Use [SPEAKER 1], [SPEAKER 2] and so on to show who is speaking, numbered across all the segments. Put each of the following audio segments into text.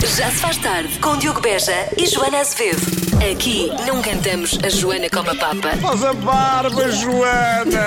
[SPEAKER 1] Já se faz tarde com Diogo Beja e Joana Azevedo. Aqui não cantamos a Joana como a Papa.
[SPEAKER 2] Faz a barba, Joana!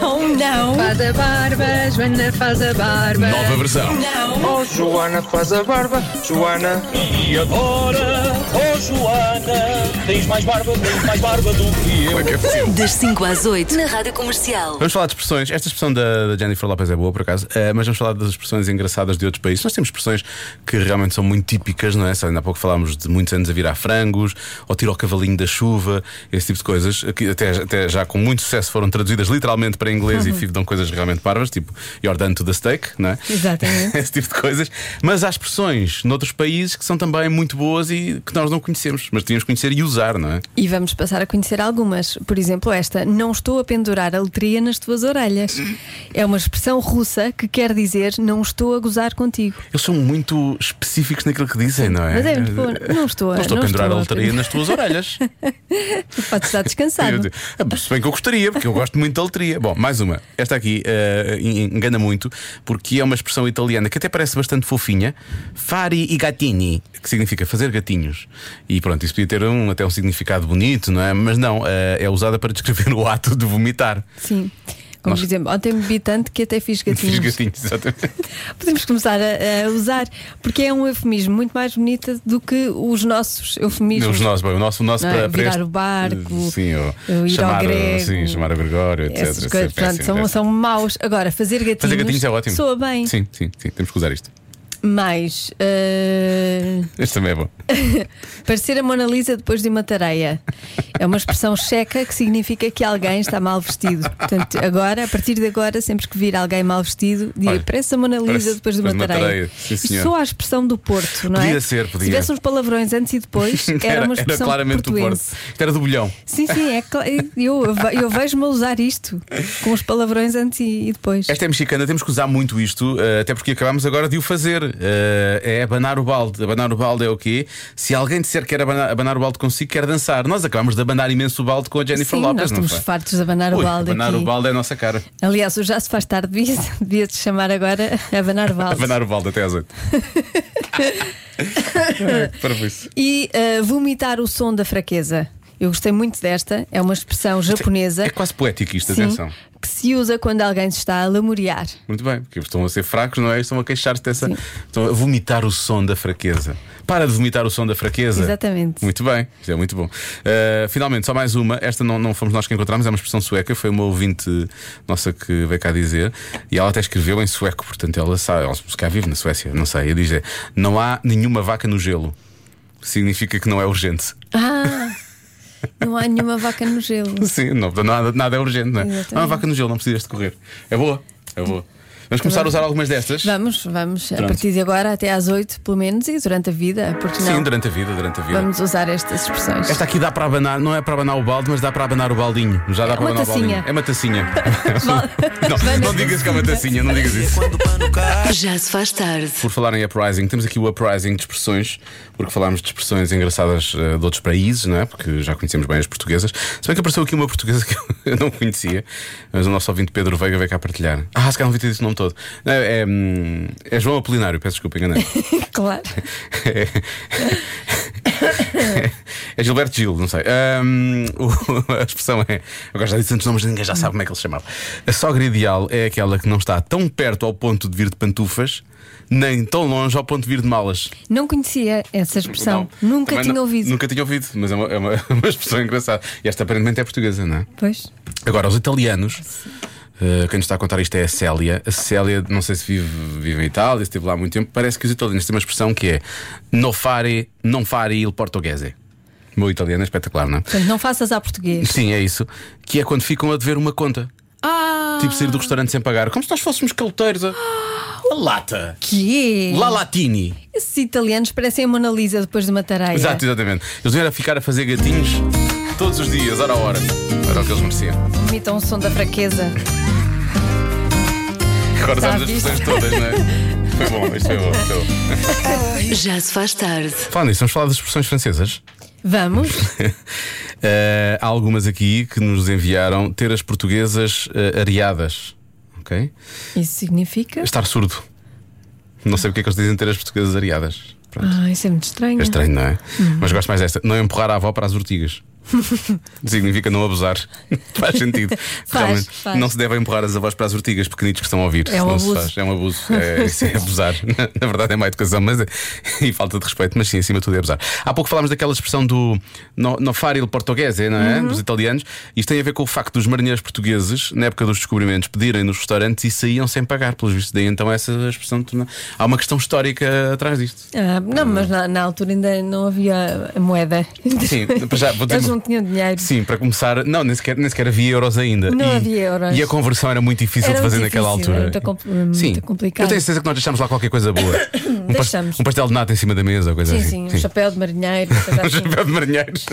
[SPEAKER 3] Não, não,
[SPEAKER 4] Faz a barba, Joana faz a barba.
[SPEAKER 5] Nova versão.
[SPEAKER 3] não.
[SPEAKER 2] Oh, Joana, faz a barba, Joana!
[SPEAKER 6] E agora, oh Joana, tens mais barba, muito mais barba do que eu.
[SPEAKER 1] Das 5 às 8 na Rádio Comercial.
[SPEAKER 5] Vamos falar de expressões. Esta expressão da, da Jennifer Lopez é boa, por acaso, eh, mas vamos falar das expressões engraçadas de outros países. Nós temos expressões que realmente são muito típicas, não é? Só Ainda há pouco falámos de muitos anos a virar frangos, ou tira o cavalinho da chuva, esse tipo de coisas, que até, até já com muito sucesso foram traduzidas literalmente para inglês
[SPEAKER 2] Uhum.
[SPEAKER 5] e dão coisas realmente parvas, tipo you're done to the steak, não é?
[SPEAKER 3] Exatamente.
[SPEAKER 5] esse tipo de coisas. Mas há expressões noutros países que são também muito boas e que nós não conhecemos, mas tínhamos que conhecer e usar, não é?
[SPEAKER 3] E vamos passar a conhecer algumas. Por exemplo, esta: Não estou a pendurar a letria nas tuas orelhas. É uma expressão russa que quer dizer não estou a gozar contigo.
[SPEAKER 5] Eles são muito específicos naquilo que dizem, não é?
[SPEAKER 3] Mas é muito bom. Não estou a-
[SPEAKER 5] Não estou a pendurar
[SPEAKER 3] não estou
[SPEAKER 5] a
[SPEAKER 3] a-
[SPEAKER 5] lotaria nas tuas orelhas.
[SPEAKER 3] Podes estar
[SPEAKER 5] Eu
[SPEAKER 3] descansado.
[SPEAKER 5] digo, "Ah, Se bem que eu gostaria, porque eu gosto muito da lotaria. Bom, mais uma. Esta aqui eh, en- engana muito, porque é uma expressão italiana que até parece bastante fofinha. Fari e gattini, que significa fazer gatinhos. E pronto, isso podia ter um, até um significado bonito, não é? Mas não, eh, é usada para descrever o ato de vomitar.
[SPEAKER 3] Sim. Como
[SPEAKER 5] Nós-
[SPEAKER 3] por exemplo, ontem bebi tanto que até fiz
[SPEAKER 5] Fiz
[SPEAKER 3] gatinhos.
[SPEAKER 5] gatinhos, exatamente.
[SPEAKER 3] Podemos começar a, a usar, porque é um eufemismo muito mais bonito do que os nossos eufemismos.
[SPEAKER 5] Os nossos, bem, o nosso, o nosso
[SPEAKER 3] Não é?
[SPEAKER 5] para, para
[SPEAKER 3] Virar
[SPEAKER 5] este- eh,
[SPEAKER 3] o barco,
[SPEAKER 5] sim, ou
[SPEAKER 3] eu ir ao
[SPEAKER 5] chamar, o-
[SPEAKER 3] grego,
[SPEAKER 5] sim, chamar a Gregório, etc.
[SPEAKER 3] Essas
[SPEAKER 5] Isso é
[SPEAKER 3] coisas, portanto,
[SPEAKER 5] péssimo,
[SPEAKER 3] são,
[SPEAKER 5] péssimo.
[SPEAKER 3] são maus. Agora, fazer gatinhos,
[SPEAKER 5] Fazer gatinhos é ótimo.
[SPEAKER 3] soa bem,
[SPEAKER 5] Sim, sim, sim, temos que usar isto.
[SPEAKER 3] mas ah,
[SPEAKER 5] Este também é bom.
[SPEAKER 3] Parecer a Mona Lisa depois de uma tareia. É uma expressão checa que significa que alguém está mal vestido. Portanto, agora, a partir de agora, sempre que vir alguém mal vestido, diga
[SPEAKER 5] Olha,
[SPEAKER 3] parece a Mona Lisa
[SPEAKER 5] parece-
[SPEAKER 3] depois de uma
[SPEAKER 5] depois de uma
[SPEAKER 3] tareia.
[SPEAKER 5] tareia. Sim,
[SPEAKER 3] Isto
[SPEAKER 5] senhor.
[SPEAKER 3] só a expressão do Porto, não é?
[SPEAKER 5] Podia ser, podia.
[SPEAKER 3] Se tivesse uns palavrões antes e depois, era, uma expressão
[SPEAKER 5] claramente do Porto.
[SPEAKER 3] portuense.
[SPEAKER 5] Isto era do bolhão.
[SPEAKER 3] Sim, sim, é cla- eu, eu vejo-me a usar isto com os palavrões antes e e depois.
[SPEAKER 5] Esta é mexicana, temos que usar muito isto, eh, até porque acabámos agora de o fazer. Eh, é abanar o balde. Abanar o balde é o quê? Se alguém disser que quer abanar, abanar o balde consigo, quer dançar. Nós acabámos de abanar imenso o balde com é a Jennifer
[SPEAKER 3] sim,
[SPEAKER 5] Lopez,
[SPEAKER 3] nós
[SPEAKER 5] não
[SPEAKER 3] estamos
[SPEAKER 5] foi?
[SPEAKER 3] fartos de abanar
[SPEAKER 5] Ui,
[SPEAKER 3] o balde
[SPEAKER 5] abanar
[SPEAKER 3] aqui.
[SPEAKER 5] o balde é a nossa cara.
[SPEAKER 3] Aliás, o já se faz tarde, devia- devia-se chamar agora Abanar o balde.
[SPEAKER 5] Abanar o balde até às oito. Ai, que parvoíce.
[SPEAKER 3] E uh, vomitar o som da fraqueza. Eu gostei muito desta, é uma expressão japonesa
[SPEAKER 5] É quase poético isto,
[SPEAKER 3] sim,
[SPEAKER 5] atenção.
[SPEAKER 3] que se usa quando alguém se está a lamuriar.
[SPEAKER 5] Muito bem, porque estão a ser fracos, não é? Estão a queixar-se dessa. Estão a vomitar o som da fraqueza. Para de vomitar o som da fraqueza.
[SPEAKER 3] Exatamente.
[SPEAKER 5] Muito bem, isso é muito bom. Uh, finalmente, só mais uma. Esta não, não fomos nós que encontramos, é uma expressão sueca. Foi uma ouvinte nossa que veio cá dizer. E ela até escreveu em sueco, portanto ela sabe. Ela se calhar vive na Suécia, não sei. E diz: é, Não há nenhuma vaca no gelo. Significa que não é urgente.
[SPEAKER 3] Ah, não há nenhuma vaca no gelo.
[SPEAKER 5] Sim, não, portanto, nada, nada é urgente, não é?
[SPEAKER 3] Exatamente.
[SPEAKER 5] Não há vaca no gelo, não precisas de correr. É boa, é boa. Vamos começar a usar algumas destas?
[SPEAKER 3] Vamos, vamos, a partir de agora até às oito, pelo menos, e durante a vida, porque não
[SPEAKER 5] Sim, durante a vida, durante a vida.
[SPEAKER 3] vamos usar estas expressões.
[SPEAKER 5] Esta aqui dá para abanar, não é para abanar o balde, mas dá para abanar o baldinho. Já dá para
[SPEAKER 3] uma
[SPEAKER 5] abanar o baldinho.
[SPEAKER 3] tacinha.
[SPEAKER 5] É uma tacinha.
[SPEAKER 3] Vai
[SPEAKER 5] não,
[SPEAKER 3] na
[SPEAKER 5] não digas que é uma tacinha, não digas isso.
[SPEAKER 1] Já se faz tarde.
[SPEAKER 5] Por falar em uprising, temos aqui o uprising de expressões, porque falámos de expressões engraçadas eh, de outros países, não é? Porque já conhecemos bem as portuguesas. Se bem que apareceu aqui uma portuguesa que eu não conhecia, mas o nosso ouvinte Pedro Veiga veio cá partilhar. Ah, se calhar não vi ter dito o nome todo. Não, é, hum, é João Apolinário, peço desculpa, enganei.
[SPEAKER 3] Claro.
[SPEAKER 5] É Gilberto Gil, não sei. Ahm, o- a expressão é. Agora já disse tantos nomes, ninguém já sabe como é que ele se chamava. A sogra ideal é aquela que não está tão perto ao ponto de vir de pantufas, nem tão longe ao ponto de vir de malas. Então,
[SPEAKER 3] Não conhecia essa expressão, nunca
[SPEAKER 5] Também
[SPEAKER 3] tinha
[SPEAKER 5] não-
[SPEAKER 3] ouvido.
[SPEAKER 5] Nunca tinha ouvido, mas é uma, é uma- uma expressão engraçada. E esta aparentemente é portuguesa, não é?
[SPEAKER 3] Pois.
[SPEAKER 5] Agora, os italianos. eh, quem nos está a contar isto é a Célia. A Célia, não sei se vive, vive em Itália, se esteve lá há muito tempo. Parece que os italianos têm uma expressão que é não fare, non fare il portoghese. O meu italiano é espetacular, não é?
[SPEAKER 3] Portanto, não faças à português.
[SPEAKER 5] Sim, é isso. Que é quando ficam a dever uma conta.
[SPEAKER 3] Ah!
[SPEAKER 5] Tipo sair do restaurante sem pagar. Como se nós fôssemos caloteiros. A, a lata.
[SPEAKER 3] Que é?
[SPEAKER 5] La Latini.
[SPEAKER 3] Esses italianos parecem a Mona Lisa depois de uma tareia.
[SPEAKER 5] Exato, exatamente. Eles vieram a ficar a fazer gatinhos todos os dias, hora a hora. Era o que eles mereciam.
[SPEAKER 3] Imitam o som da fraqueza.
[SPEAKER 5] Agora usamos as
[SPEAKER 3] Sabe
[SPEAKER 5] expressões todas, não é? Foi bom, isto foi bom. Foi bom.
[SPEAKER 1] Já se faz tarde.
[SPEAKER 5] Falando nisso, vamos falar das expressões francesas.
[SPEAKER 3] Vamos.
[SPEAKER 5] Eh, há algumas aqui que nos enviaram ter as portuguesas eh, areadas. Ok?
[SPEAKER 3] Isso significa?
[SPEAKER 5] Estar surdo. Não sei porque é que eles dizem ter as portuguesas areadas. Pronto.
[SPEAKER 3] Ah, isso é muito estranho.
[SPEAKER 5] É estranho, não é?
[SPEAKER 3] Uhum.
[SPEAKER 5] Mas gosto mais desta. Não empurrar a avó para as ortigas. Significa não abusar. faz sentido.
[SPEAKER 3] Faz,
[SPEAKER 5] Realmente,
[SPEAKER 3] faz.
[SPEAKER 5] Não se deve empurrar as avós para as ortigas, pequenitos que estão a ouvir.
[SPEAKER 3] É um
[SPEAKER 5] não se
[SPEAKER 3] abuso.
[SPEAKER 5] faz. É um abuso. É, isso é abusar. Na, na verdade é má educação mas, e falta de respeito, mas sim, acima de tudo é abusar. Há pouco falámos daquela expressão do no, no fare il portoghese, não é?
[SPEAKER 3] Uhum.
[SPEAKER 5] Dos italianos. Isto tem a ver com o facto dos marinheiros portugueses, na época dos descobrimentos, pedirem nos restaurantes e saíam sem pagar, pelos vistos. Daí então essa expressão. tornou- Há uma questão histórica atrás disto.
[SPEAKER 3] Ah, não, mas na, na altura ainda não havia a moeda.
[SPEAKER 5] Sim, para já, vou dizer
[SPEAKER 3] Eles
[SPEAKER 5] uma-
[SPEAKER 3] não tinham dinheiro.
[SPEAKER 5] Sim, para começar, não, nem sequer, nem sequer havia euros ainda.
[SPEAKER 3] Não havia euros.
[SPEAKER 5] E a conversão era muito difícil
[SPEAKER 3] Era
[SPEAKER 5] de fazer
[SPEAKER 3] muito
[SPEAKER 5] naquela
[SPEAKER 3] difícil,
[SPEAKER 5] altura.
[SPEAKER 3] era muito compl- muito
[SPEAKER 5] Sim,
[SPEAKER 3] complicado.
[SPEAKER 5] Eu tenho certeza que nós deixámos lá qualquer coisa boa. um, pas-
[SPEAKER 3] Deixámos.
[SPEAKER 5] um pastel de nata em cima da mesa, ou coisa
[SPEAKER 3] Sim,
[SPEAKER 5] assim.
[SPEAKER 3] sim, um chapéu de marinheiro. uma coisa
[SPEAKER 5] Um
[SPEAKER 3] assim.
[SPEAKER 5] chapéu de marinheiros.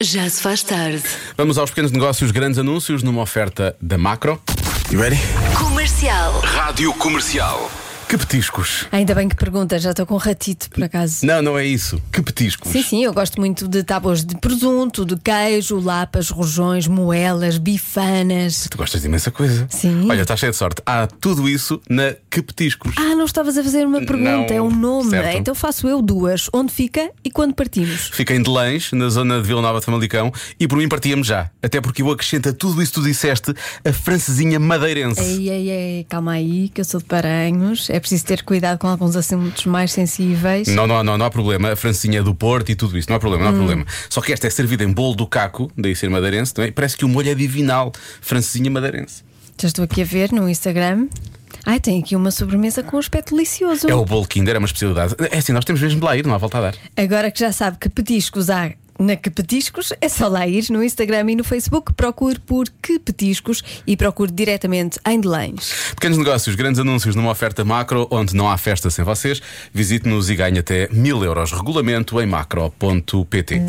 [SPEAKER 1] Já se faz tarde.
[SPEAKER 5] Vamos aos pequenos negócios, grandes anúncios numa oferta da Macro.
[SPEAKER 7] You ready?
[SPEAKER 1] Comercial.
[SPEAKER 8] Rádio Comercial.
[SPEAKER 5] Que petiscos!
[SPEAKER 3] Ainda bem que pergunta, já estou com um ratito por acaso.
[SPEAKER 5] Não, não é isso. Que petiscos!
[SPEAKER 3] Sim, sim, eu gosto muito de tábuas de presunto, de queijo, lapas, rojões, moelas, bifanas.
[SPEAKER 5] Tu gostas de imensa coisa.
[SPEAKER 3] Sim.
[SPEAKER 5] Olha, estás cheia de sorte. Há tudo isso na Que Petiscos.
[SPEAKER 3] Ah, não estavas a fazer uma pergunta,
[SPEAKER 5] Não,
[SPEAKER 3] é um nome.
[SPEAKER 5] certo.
[SPEAKER 3] Então faço eu duas. Onde fica e quando partimos?
[SPEAKER 5] Fica em Delães, na zona de Vila Nova de Famalicão, e por mim partíamos já. Até porque eu acrescento a tudo isso que tu disseste a francesinha madeirense.
[SPEAKER 3] Ei, ei, ei, calma aí, que eu sou de Paranhos. É preciso ter cuidado com alguns assuntos mais sensíveis.
[SPEAKER 5] Não, não, não, não há problema. A francesinha é do Porto e tudo isso, não há problema, não há problema. Só que esta é servida em bolo do caco, daí ser madeirense, não é? Parece que o molho é divinal. Francesinha madeirense.
[SPEAKER 3] Já estou aqui a ver no Instagram. Ai, tem aqui uma sobremesa com um aspecto delicioso.
[SPEAKER 5] É o bolo Kinder, é uma especialidade. É assim, nós temos mesmo de lá ir, não há volta a dar.
[SPEAKER 3] Agora que já sabe que petiscos há na Que Petiscos, é só lá ir no Instagram e no Facebook. Procure por Que Petiscos e procure diretamente em Delães.
[SPEAKER 5] Pequenos negócios, grandes anúncios numa oferta macro, onde não há festa sem vocês. Visite-nos e ganhe até mil euros. Regulamento em macro.pt.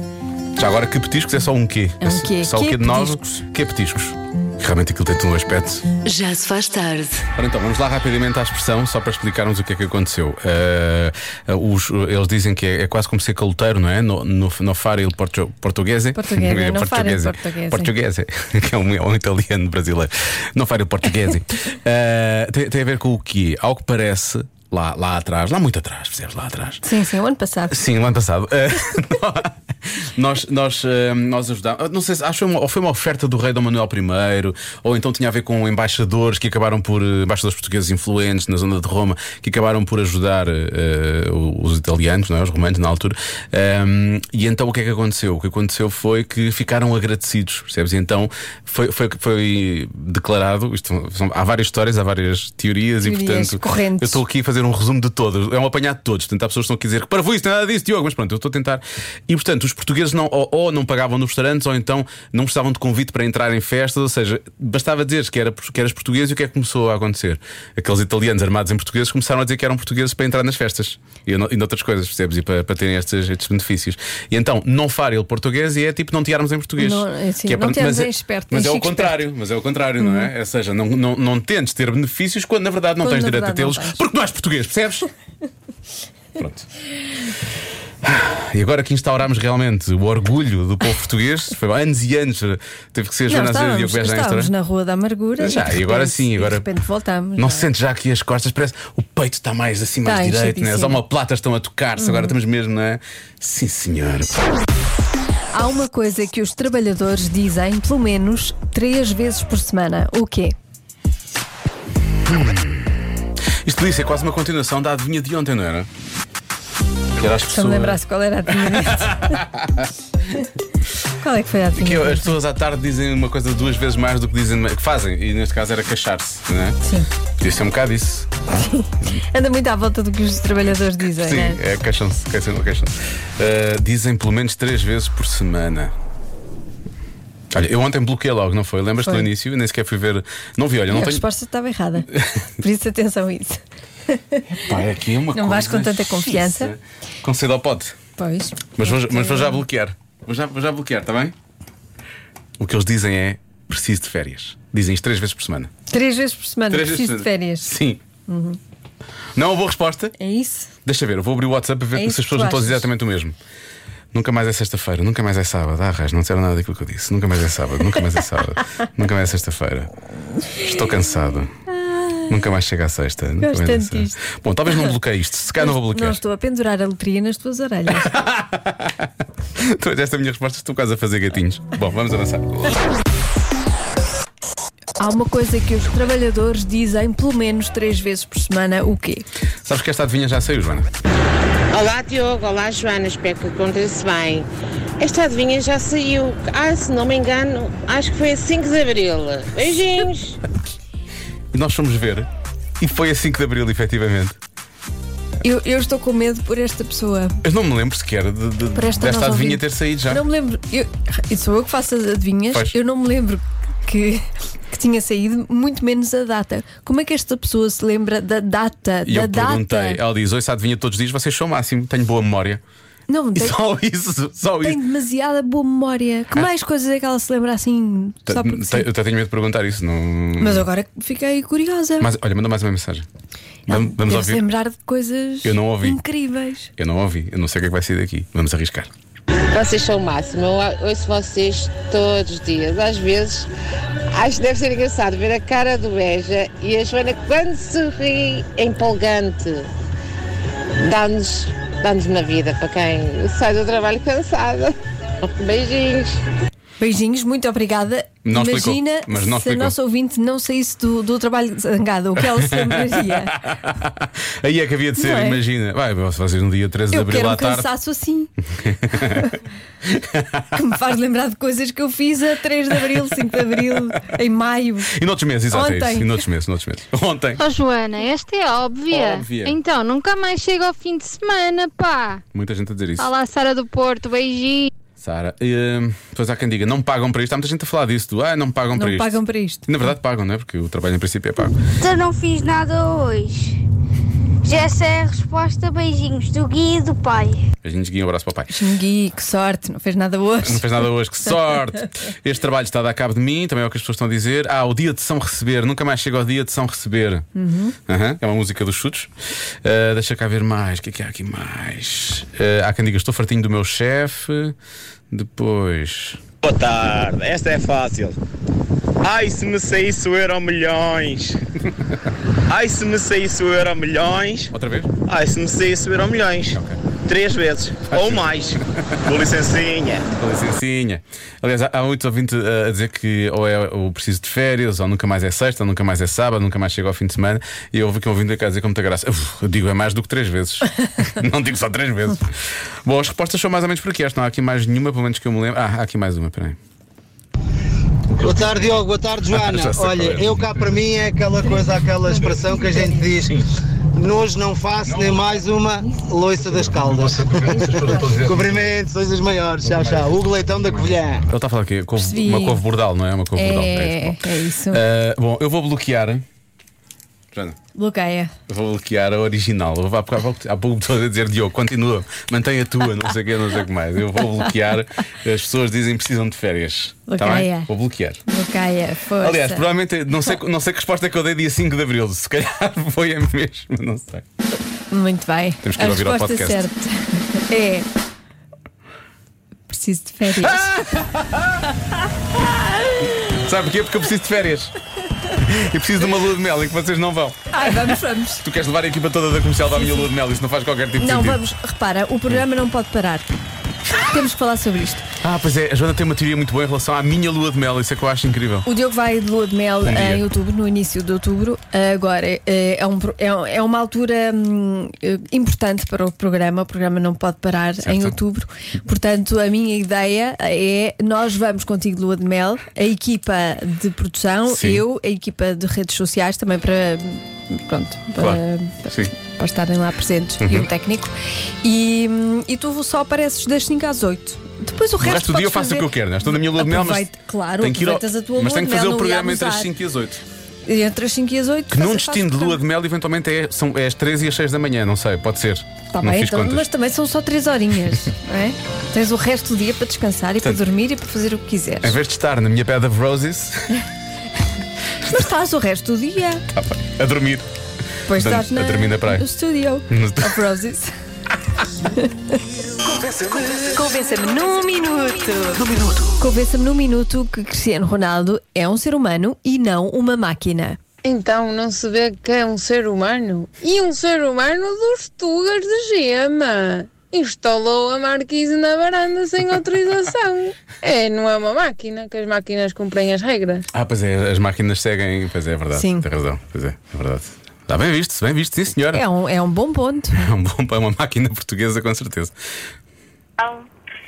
[SPEAKER 5] Já agora, que petiscos é só um quê?
[SPEAKER 3] É um quê?
[SPEAKER 5] Só o
[SPEAKER 3] Quê
[SPEAKER 5] quê de novo?
[SPEAKER 3] petiscos?
[SPEAKER 5] Que é petiscos? Realmente aquilo tem um aspecto.
[SPEAKER 1] Já se faz tarde.
[SPEAKER 5] Ora então, vamos lá rapidamente à expressão, só para explicarmos o que é que aconteceu. Eh, eh, os- eles dizem que é, é quase como ser caloteiro, não é? No, no, no fare il porto, portuguese. É
[SPEAKER 3] Portuguese, no fare il
[SPEAKER 5] Portuguese.
[SPEAKER 3] portuguese.
[SPEAKER 5] Portuguese, que é um, é um italiano brasileiro. Não fare il portuguese. Eh, tem, tem a ver com o quê? Ao que parece, lá, lá atrás, lá muito atrás, percebes? Lá atrás.
[SPEAKER 3] Sim, sim, o ano passado.
[SPEAKER 5] Sim, o ano passado. Eh, nós nós, eh, nós ajudámos. Não sei se acho que foi uma- ou foi uma oferta do rei Dom Manuel I, ou então tinha a ver com embaixadores que acabaram por. eh, embaixadores portugueses influentes na zona de Roma, que acabaram por ajudar eh, os italianos, não é? os romanos na altura. Ehm, e então o que é que aconteceu? O que aconteceu foi que ficaram agradecidos, percebes? E então foi, foi, foi declarado. Isto, são- há várias histórias, há várias teorias, e
[SPEAKER 3] Teorias,
[SPEAKER 5] portanto.
[SPEAKER 3] correntes.
[SPEAKER 5] Eu estou aqui a fazer um resumo de todas. É um apanhado de todos. Portanto, há pessoas que estão aqui a dizer que para isso, não é nada disso, Diogo. Mas pronto, eu estou a tentar. E portanto, os portugueses não, ou, ou não pagavam nos restaurantes ou então não precisavam de convite para entrar em festas. Ou seja, bastava dizeres que, era, que eras português e o que é que começou a acontecer? Aqueles italianos armados em portugueses começaram a dizer que eram portugueses para entrar nas festas e, no- e noutras coisas, percebes? E para, para terem estes, estes benefícios. E então, não fare ele português e é tipo não tiarmos em português.
[SPEAKER 3] Não, é assim,
[SPEAKER 5] Que
[SPEAKER 3] não
[SPEAKER 5] para-
[SPEAKER 3] tiarmos
[SPEAKER 5] mas é-
[SPEAKER 3] em esperto,
[SPEAKER 5] Mas
[SPEAKER 3] em
[SPEAKER 5] é o
[SPEAKER 3] chique
[SPEAKER 5] contrário, mas é o contrário, não é? Ou seja, não, não, não tentes ter benefícios quando na verdade não
[SPEAKER 3] Uhum. Quando,
[SPEAKER 5] tens
[SPEAKER 3] na
[SPEAKER 5] direito a
[SPEAKER 3] verdade, não
[SPEAKER 5] tê-los
[SPEAKER 3] tens.
[SPEAKER 5] porque não és português, percebes? Pronto. Ah, E agora que instaurámos realmente o orgulho do povo português, foi anos e anos, teve que ser
[SPEAKER 3] Não,
[SPEAKER 5] jornalista de Diogo
[SPEAKER 3] estávamos,
[SPEAKER 5] Beja na
[SPEAKER 3] estávamos
[SPEAKER 5] história.
[SPEAKER 3] na Rua da Amargura.
[SPEAKER 5] Já,
[SPEAKER 3] de
[SPEAKER 5] e agora
[SPEAKER 3] repente-
[SPEAKER 5] sim,
[SPEAKER 3] e
[SPEAKER 5] agora-
[SPEAKER 3] De repente voltamos.
[SPEAKER 5] Não
[SPEAKER 3] é?
[SPEAKER 5] se sente já aqui as costas, parece o peito está mais assim, mais
[SPEAKER 3] Está
[SPEAKER 5] direito, né? as
[SPEAKER 3] enchidíssimo. Uhum.
[SPEAKER 5] omoplatas estão a tocar-se, agora estamos mesmo, não é? Sim, senhor.
[SPEAKER 3] Há uma coisa que os trabalhadores dizem pelo menos três vezes por semana. O quê?
[SPEAKER 5] Isto disse é quase uma continuação da adivinha de ontem, não era? Que era as
[SPEAKER 3] Se eu me
[SPEAKER 5] pessoas-
[SPEAKER 3] lembrasse qual era a atividade. qual é que foi a
[SPEAKER 5] Que
[SPEAKER 3] atividade?
[SPEAKER 5] as pessoas à tarde dizem uma coisa duas vezes mais do que dizem que fazem, e neste caso era queixar-se, não é?
[SPEAKER 3] Sim.
[SPEAKER 5] Podia ser um bocado isso.
[SPEAKER 3] Anda muito à volta do que os trabalhadores dizem,
[SPEAKER 5] Sim,
[SPEAKER 3] né?
[SPEAKER 5] é queixam-se, queixam-se, queixam-se. Uh, dizem pelo menos três vezes por semana. Olha, eu ontem bloqueei logo, não foi? Lembras-te do
[SPEAKER 3] Foi.
[SPEAKER 5] início? Nem sequer fui ver. Não vi, olha,
[SPEAKER 3] A
[SPEAKER 5] não tenho.
[SPEAKER 3] resposta estava errada. Por isso, atenção a isso.
[SPEAKER 5] Pá, é aqui uma
[SPEAKER 3] Não vais
[SPEAKER 5] coisa
[SPEAKER 3] com tanta
[SPEAKER 5] fixa.
[SPEAKER 3] confiança.
[SPEAKER 5] Com cedo ao pote.
[SPEAKER 3] Pois.
[SPEAKER 5] Mas vou, mas vou já bloquear. Vou já, vou já bloquear, está bem? O que eles dizem é preciso de férias. Dizem isto três vezes por semana.
[SPEAKER 3] Três vezes por semana,
[SPEAKER 5] Três
[SPEAKER 3] preciso de
[SPEAKER 5] vezes por semana.
[SPEAKER 3] férias. Uhum.
[SPEAKER 5] Sim. Não é uma boa resposta.
[SPEAKER 3] É isso?
[SPEAKER 5] Deixa ver, eu vou abrir o WhatsApp a ver
[SPEAKER 3] É
[SPEAKER 5] se as
[SPEAKER 3] isso que
[SPEAKER 5] pessoas
[SPEAKER 3] tu
[SPEAKER 5] não estão a dizer
[SPEAKER 3] achas?
[SPEAKER 5] exatamente o mesmo. Nunca mais é sexta-feira, nunca mais é sábado. Ah, raios, não disseram nada daquilo que eu disse. Nunca mais é sábado, nunca mais é sábado, nunca mais é sexta-feira. Estou cansado. Nunca mais chega à sexta. nunca mais
[SPEAKER 3] Gosto
[SPEAKER 5] à
[SPEAKER 3] tanto
[SPEAKER 5] sexta.
[SPEAKER 3] disto.
[SPEAKER 5] Bom, talvez não bloqueie isto. Se calhar não vou
[SPEAKER 3] Não
[SPEAKER 5] bloquear.
[SPEAKER 3] estou a pendurar a letria nas tuas orelhas.
[SPEAKER 5] Depois desta minha resposta, estou quase é a fazer gatinhos. Bom, vamos avançar.
[SPEAKER 3] Há uma coisa que os trabalhadores dizem pelo menos três vezes por semana: o quê?
[SPEAKER 5] Sabes que esta adivinha já saiu, Joana?
[SPEAKER 7] Olá Diogo, olá Joana, espero que aconteça bem. Esta adivinha já saiu, ah, se não me engano, acho que foi a 5 de Abril. Beijinhos!
[SPEAKER 5] E nós fomos ver. E foi a 5 de Abril, efetivamente.
[SPEAKER 3] Eu, eu estou com medo por esta pessoa.
[SPEAKER 5] Eu não me lembro sequer de, de-
[SPEAKER 3] Por esta
[SPEAKER 5] desta
[SPEAKER 3] nova
[SPEAKER 5] adivinha
[SPEAKER 3] ouvinte.
[SPEAKER 5] ter saído já.
[SPEAKER 3] Não me lembro. Eu, e sou eu que faço as adivinhas.
[SPEAKER 5] Pois.
[SPEAKER 3] Eu não me lembro que, que tinha saído, muito menos a data. Como é que esta pessoa se lembra da data?
[SPEAKER 5] E
[SPEAKER 3] da
[SPEAKER 5] eu perguntei,
[SPEAKER 3] data?
[SPEAKER 5] ela diz: Oi, se adivinha todos os dias, vocês são o máximo, tenho boa memória.
[SPEAKER 3] Não,
[SPEAKER 5] E
[SPEAKER 3] tem,
[SPEAKER 5] só isso, Ah. só
[SPEAKER 3] tem
[SPEAKER 5] isso.
[SPEAKER 3] demasiada boa memória. Que mais coisas é que ela se lembra assim? Só porque sim?
[SPEAKER 5] Te- Eu até tenho medo de perguntar isso. Não...
[SPEAKER 3] Mas agora fiquei curiosa.
[SPEAKER 5] Mas, olha, manda mais uma mensagem. Vamos, vamos
[SPEAKER 3] Deve-se
[SPEAKER 5] ouvir.
[SPEAKER 3] lembrar de coisas
[SPEAKER 5] Eu não ouvi.
[SPEAKER 3] incríveis.
[SPEAKER 5] Eu não ouvi, eu não sei o que é que vai sair daqui. Vamos arriscar.
[SPEAKER 7] Vocês são o máximo, eu ouço vocês todos os dias. Às vezes acho que deve ser engraçado ver a cara do Beja e a Joana quando sorri é empolgante. Dá-nos dá uma vida para quem sai do trabalho cansada. Beijinhos!
[SPEAKER 3] Beijinhos, muito obrigada.
[SPEAKER 5] Não explicou,
[SPEAKER 3] Imagina
[SPEAKER 5] mas não
[SPEAKER 3] se a
[SPEAKER 5] explicou.
[SPEAKER 3] nossa ouvinte não saísse do, do trabalho zangada, o que ela se lembraria.
[SPEAKER 5] Aí é que havia de ser,
[SPEAKER 3] Não é?
[SPEAKER 5] imagina. Vai, se vocês no dia 13 de
[SPEAKER 3] Eu
[SPEAKER 5] abril
[SPEAKER 3] quero
[SPEAKER 5] à
[SPEAKER 3] um
[SPEAKER 5] tarde.
[SPEAKER 3] cansaço assim. que me faz lembrar de coisas que eu fiz a 3 de abril, 5 de abril, em maio.
[SPEAKER 5] E noutros meses, exato, é isso.
[SPEAKER 3] Ontem.
[SPEAKER 5] E noutros meses, noutros meses. Ontem.
[SPEAKER 8] Oh Joana, esta é óbvia.
[SPEAKER 5] Óbvia.
[SPEAKER 8] Então, nunca mais chega ao fim de semana, pá.
[SPEAKER 5] Muita gente a dizer isso.
[SPEAKER 8] Olá, Sara do Porto, beijinho.
[SPEAKER 5] Sara, hum, depois há quem diga, não pagam para isto. Há muita gente a falar disso, do ah, não pagam para
[SPEAKER 3] Não
[SPEAKER 5] isto.
[SPEAKER 3] pagam para isto.
[SPEAKER 5] Na verdade pagam, não é? Porque o trabalho em princípio é pago.
[SPEAKER 9] Eu não fiz nada hoje. Já essa é a resposta. Beijinhos do Gui e do pai.
[SPEAKER 5] Beijinhos, guia, um abraço para o pai.
[SPEAKER 3] Xingui, que sorte, não fez nada
[SPEAKER 5] Não
[SPEAKER 3] hoje.
[SPEAKER 5] fez nada hoje, que sorte! Este trabalho está a dar cabo de mim, também é o que as pessoas estão a dizer. Ah, o dia de São Receber, nunca mais chega ao dia de São Receber. Aham, É uma música dos chutes. Ah, deixa cá ver mais, o que é que há aqui mais? Ah, há quem diga, estou fartinho do meu chefe. Depois.
[SPEAKER 10] Boa tarde, esta é fácil. Ai se me saísse o euro milhões. Ai se me saísse o euro milhões.
[SPEAKER 5] Outra vez?
[SPEAKER 10] Ai se me saísse o euro milhões. Três vezes ou mais. Com licencinha.
[SPEAKER 5] Com licencinha. Aliás, há- há muitos ouvintes ah, a dizer que ou é o preciso de férias, ou nunca mais é sexta, ou nunca mais é sábado, nunca mais chega ao fim de semana. E houve aqui um ouvinte a dizer com muita graça. "Uf, eu digo é mais do que três vezes. não digo só três vezes. Bom, as respostas são mais ou menos por aqui. Acho que não há aqui mais nenhuma, pelo menos que eu me lembro. Ah, há aqui mais uma, peraí.
[SPEAKER 11] Boa tarde, Diogo. Boa tarde, Joana.
[SPEAKER 5] Já sei qual
[SPEAKER 11] Olha,
[SPEAKER 5] é.
[SPEAKER 11] eu cá para mim é aquela coisa, aquela expressão que a gente diz: Nojo não faço nem mais uma loiça das caldas. Cumprimentos, sois os maiores. Tchau, tchau. Hugo Leitão da Covilhã.
[SPEAKER 5] Ele está a falar aqui, couve-
[SPEAKER 3] Percebi.
[SPEAKER 5] uma couve bordal, não é? Uma couve bordal. É
[SPEAKER 3] É,
[SPEAKER 5] isso, bom.
[SPEAKER 3] é isso.
[SPEAKER 5] Ah, bom, eu vou bloquear. Joana.
[SPEAKER 3] Bloqueia.
[SPEAKER 5] Eu Vou bloquear a original. Eu Vou, há, pouco, há pouco pessoas a dizer Diogo, continua, mantém a tua, não sei o que, não sei o que mais. Eu vou bloquear. As pessoas dizem que precisam de férias. Está
[SPEAKER 3] Bloqueia.
[SPEAKER 5] bem? Vou bloquear.
[SPEAKER 3] Bloqueia, força.
[SPEAKER 5] Aliás, provavelmente, não sei, não sei que resposta é que eu dei dia 5 de abril. Se calhar foi a mesma, não sei.
[SPEAKER 3] Muito bem.
[SPEAKER 5] Temos que ir
[SPEAKER 3] a
[SPEAKER 5] ouvir ao
[SPEAKER 3] resposta
[SPEAKER 5] podcast.
[SPEAKER 3] certa é. Preciso de férias.
[SPEAKER 5] Ah! Sabe porquê? Porque eu preciso de férias. Eu preciso de uma lua de mel em que vocês não vão.
[SPEAKER 3] Ai, vamos, vamos.
[SPEAKER 5] Tu queres levar a equipa toda da comercial para a minha lua de mel? Isso não faz qualquer tipo de
[SPEAKER 3] Não,
[SPEAKER 5] sentido.
[SPEAKER 3] vamos, repara, o programa não pode parar. Temos que falar sobre isto.
[SPEAKER 5] Ah, pois é, a Joana tem uma teoria muito boa em relação à minha lua de mel. Isso é que eu acho incrível.
[SPEAKER 3] O Diogo vai de lua de mel eh,
[SPEAKER 5] dia.
[SPEAKER 3] em outubro, no início de outubro. Agora, eh, é, um pro- é um- é uma altura hum, eh, importante para o programa. O programa não pode parar em outubro. Portanto, a minha ideia é: nós vamos contigo de lua de mel, a equipa de produção,
[SPEAKER 5] Sim.
[SPEAKER 3] eu, a equipa de redes sociais também para. Pronto, para,
[SPEAKER 5] Claro. Sim. Uhum.
[SPEAKER 3] para estarem lá presentes e o técnico. E, hum, e tu só apareces das 5 às 8. Depois o
[SPEAKER 5] O
[SPEAKER 3] resto,
[SPEAKER 5] resto do dia eu
[SPEAKER 3] podes
[SPEAKER 5] faço o que
[SPEAKER 3] fazer-
[SPEAKER 5] eu quero, né? estou na minha lua de mel, mas.
[SPEAKER 3] Aproveita- claro,
[SPEAKER 5] tenho que ir ao-
[SPEAKER 3] aproveitas a tua
[SPEAKER 5] mas
[SPEAKER 3] lua
[SPEAKER 5] tenho
[SPEAKER 3] de
[SPEAKER 5] que fazer
[SPEAKER 3] mel,
[SPEAKER 5] o
[SPEAKER 3] não ia
[SPEAKER 5] programa entre as
[SPEAKER 3] abusar.
[SPEAKER 5] 5 e as 8.
[SPEAKER 3] Entre as 5 e as 8
[SPEAKER 5] Que num destino de lua de mel, eventualmente é, são, é as 13 e as 6 da manhã, não sei, pode ser.
[SPEAKER 3] Tá
[SPEAKER 5] não
[SPEAKER 3] bem,
[SPEAKER 5] fiz
[SPEAKER 3] então,
[SPEAKER 5] contas.
[SPEAKER 3] mas também são só 3 horinhas, não é? Tens o resto do dia para descansar e para dormir e para fazer o que quiseres.
[SPEAKER 5] Em vez de estar na minha Bed of Roses,
[SPEAKER 3] Mas estás o resto do dia.
[SPEAKER 5] é tá bem, a dormir.
[SPEAKER 3] Pois
[SPEAKER 5] Portanto,
[SPEAKER 3] estás na,
[SPEAKER 5] a dormir na praia.
[SPEAKER 3] no estúdio
[SPEAKER 5] No-
[SPEAKER 3] of Roses.
[SPEAKER 1] Convença-me num minuto.
[SPEAKER 3] Convença-me num minuto que Cristiano Ronaldo é um ser humano e não uma máquina.
[SPEAKER 7] Então não se vê que é um ser humano? E um ser humano dos tugas de gema! Instalou a marquise na varanda sem autorização. É, não é uma máquina, que as máquinas cumprem as regras.
[SPEAKER 5] Ah, pois é, as máquinas seguem. Pois é, é verdade.
[SPEAKER 7] Sim.
[SPEAKER 5] Tem razão. Pois é, é verdade. Está bem visto, bem visto, sim senhora.
[SPEAKER 3] É um, é um bom ponto.
[SPEAKER 5] É um bom, é uma máquina portuguesa, com certeza.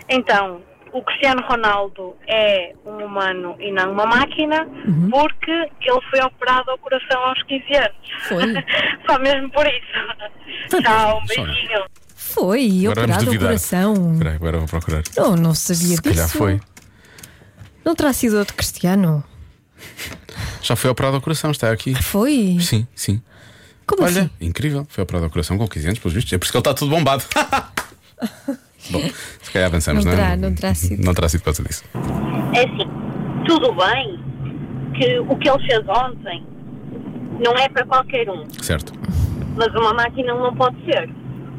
[SPEAKER 12] Então, o Cristiano Ronaldo é um humano e não uma máquina, porque ele foi operado ao coração aos 15 anos.
[SPEAKER 3] Foi.
[SPEAKER 12] Só mesmo por isso. Tchau, um beijinho.
[SPEAKER 3] Foi,
[SPEAKER 5] Agora vamos
[SPEAKER 3] operado ao
[SPEAKER 5] duvidar.
[SPEAKER 3] coração.
[SPEAKER 5] Espera aí, agora vou procurar.
[SPEAKER 3] Não, não sabia
[SPEAKER 5] Se
[SPEAKER 3] disso.
[SPEAKER 5] calhar foi.
[SPEAKER 3] Não terá sido outro cristiano.
[SPEAKER 5] Já foi operado ao coração, está aqui.
[SPEAKER 3] Foi?
[SPEAKER 5] Sim, sim.
[SPEAKER 3] Como
[SPEAKER 5] Olha,
[SPEAKER 3] assim?
[SPEAKER 5] incrível. Foi operado ao coração com 15 anos, pelos vistos. É por isso que ele está tudo bombado. Bom, se calhar avançamos,
[SPEAKER 3] não
[SPEAKER 5] não, é?
[SPEAKER 3] terá, não terá sido.
[SPEAKER 5] Não terá sido por causa disso.
[SPEAKER 12] É assim, tudo bem que o que ele fez ontem não é para qualquer um,
[SPEAKER 5] Certo.
[SPEAKER 12] mas uma máquina não pode ser.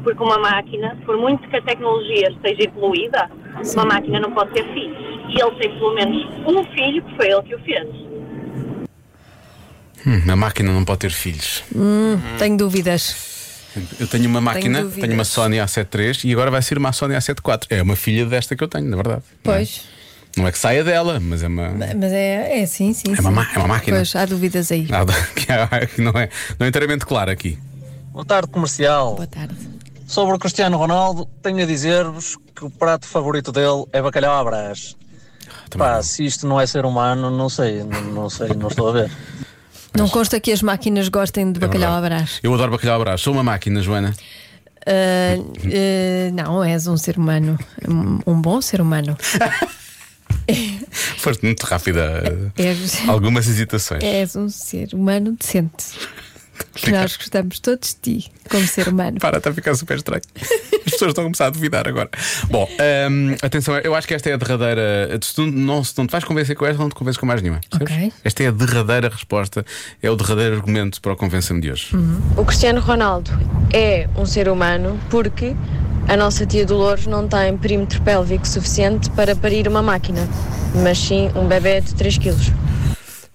[SPEAKER 12] Porque uma máquina, por muito que a tecnologia esteja evoluída, uma máquina não pode ter filhos. E ele tem pelo menos um filho que foi ele que o fez.
[SPEAKER 5] Hum, a máquina não pode ter filhos.
[SPEAKER 3] Hum, tenho dúvidas.
[SPEAKER 5] Eu tenho uma máquina, tenho,
[SPEAKER 3] dúvidas.
[SPEAKER 5] uma Sony A73 e agora vai ser uma Sony A74. É uma filha desta que eu tenho, na verdade.
[SPEAKER 3] Pois.
[SPEAKER 5] Não é que saia dela, mas é uma.
[SPEAKER 3] Mas é, é sim, sim.
[SPEAKER 5] É uma ma- é uma máquina.
[SPEAKER 3] Pois, há dúvidas aí.
[SPEAKER 5] Nada que há- que não é, não é inteiramente claro aqui.
[SPEAKER 13] Boa tarde, comercial. Boa
[SPEAKER 3] tarde.
[SPEAKER 13] Sobre o Cristiano Ronaldo, tenho a dizer-vos que o prato favorito dele é bacalhau à brás. Pá, se isto não é ser humano, não sei, não, não sei, não estou a ver.
[SPEAKER 3] Não consta que as máquinas gostem
[SPEAKER 5] É
[SPEAKER 3] de bacalhau à brás.
[SPEAKER 5] Eu adoro bacalhau à brás. Sou uma máquina, Joana.
[SPEAKER 3] Ah, ah, não, és um ser humano. Um, um bom ser humano.
[SPEAKER 5] Foste muito rápida.
[SPEAKER 3] És,
[SPEAKER 5] Algumas hesitações.
[SPEAKER 3] és um ser humano decente. Que nós gostamos todos de ti, como ser humano.
[SPEAKER 5] Para, está a ficar super estranho. As pessoas estão a começar a duvidar agora. Bom, hum, atenção, eu acho que esta é a derradeira. Se tu não, se não te vais convencer com esta, não te convences com mais nenhuma.
[SPEAKER 3] Ok.
[SPEAKER 5] Esta é a derradeira resposta, é o derradeiro argumento para o convença-me de hoje.
[SPEAKER 14] O Cristiano Ronaldo é um ser humano porque a nossa tia Dolores não tem perímetro pélvico suficiente para parir uma máquina, mas sim um bebê de 3 quilos.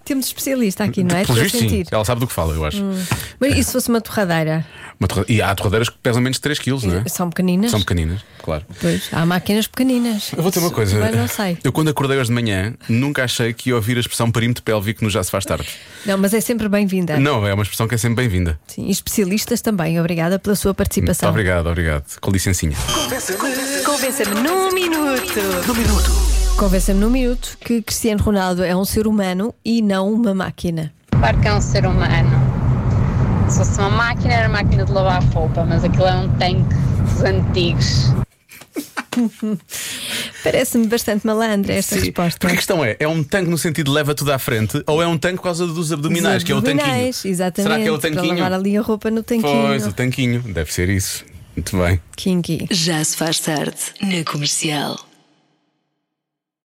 [SPEAKER 3] Temos especialista aqui, não é?
[SPEAKER 5] Pelos
[SPEAKER 3] Estou a
[SPEAKER 5] vistos, sim.
[SPEAKER 3] sentir.
[SPEAKER 5] Ela sabe do que fala, eu acho.
[SPEAKER 3] Hum. Mas e se fosse uma torradeira?
[SPEAKER 5] Uma derra- E há derradeiras que pesam menos de 3 kg, não é?
[SPEAKER 3] São pequeninas?
[SPEAKER 5] São pequeninas, claro.
[SPEAKER 3] Pois, há máquinas pequeninas.
[SPEAKER 5] Eu vou ter uma coisa.
[SPEAKER 3] Mas não sei.
[SPEAKER 5] Eu, quando acordei hoje de manhã, nunca achei que ia ouvir a expressão perímetro pélvico no Já Se Faz Tarde.
[SPEAKER 3] Não, mas é sempre bem-vinda.
[SPEAKER 5] Não, é uma expressão que é sempre bem-vinda.
[SPEAKER 3] Sim, e especialistas também. Obrigada pela sua
[SPEAKER 5] Muito
[SPEAKER 3] participação.
[SPEAKER 5] obrigado, obrigado. Com licencinha.
[SPEAKER 3] Convença-me num minuto. Num minuto. Convença-me num minuto que Cristiano Ronaldo é um ser humano e não uma máquina.
[SPEAKER 15] Claro que é um ser humano. Se fosse uma máquina, era máquina de lavar roupa, mas aquilo é um tanque dos antigos.
[SPEAKER 3] Parece-me bastante malandra esta
[SPEAKER 5] Sim.
[SPEAKER 3] resposta.
[SPEAKER 5] Porque a questão é: é um tanque no sentido de leva tudo à frente ou é um tanque por causa dos abdominais,
[SPEAKER 3] Os
[SPEAKER 5] que é o tanquinho?
[SPEAKER 3] abdominais, Exatamente.
[SPEAKER 5] Será que é o
[SPEAKER 3] Para
[SPEAKER 5] tanquinho?
[SPEAKER 3] lavar ali um a roupa no tanquinho.
[SPEAKER 5] Pois, o tanquinho. Deve ser isso. Muito bem.
[SPEAKER 3] Kinky.
[SPEAKER 1] Já se faz tarde na comercial.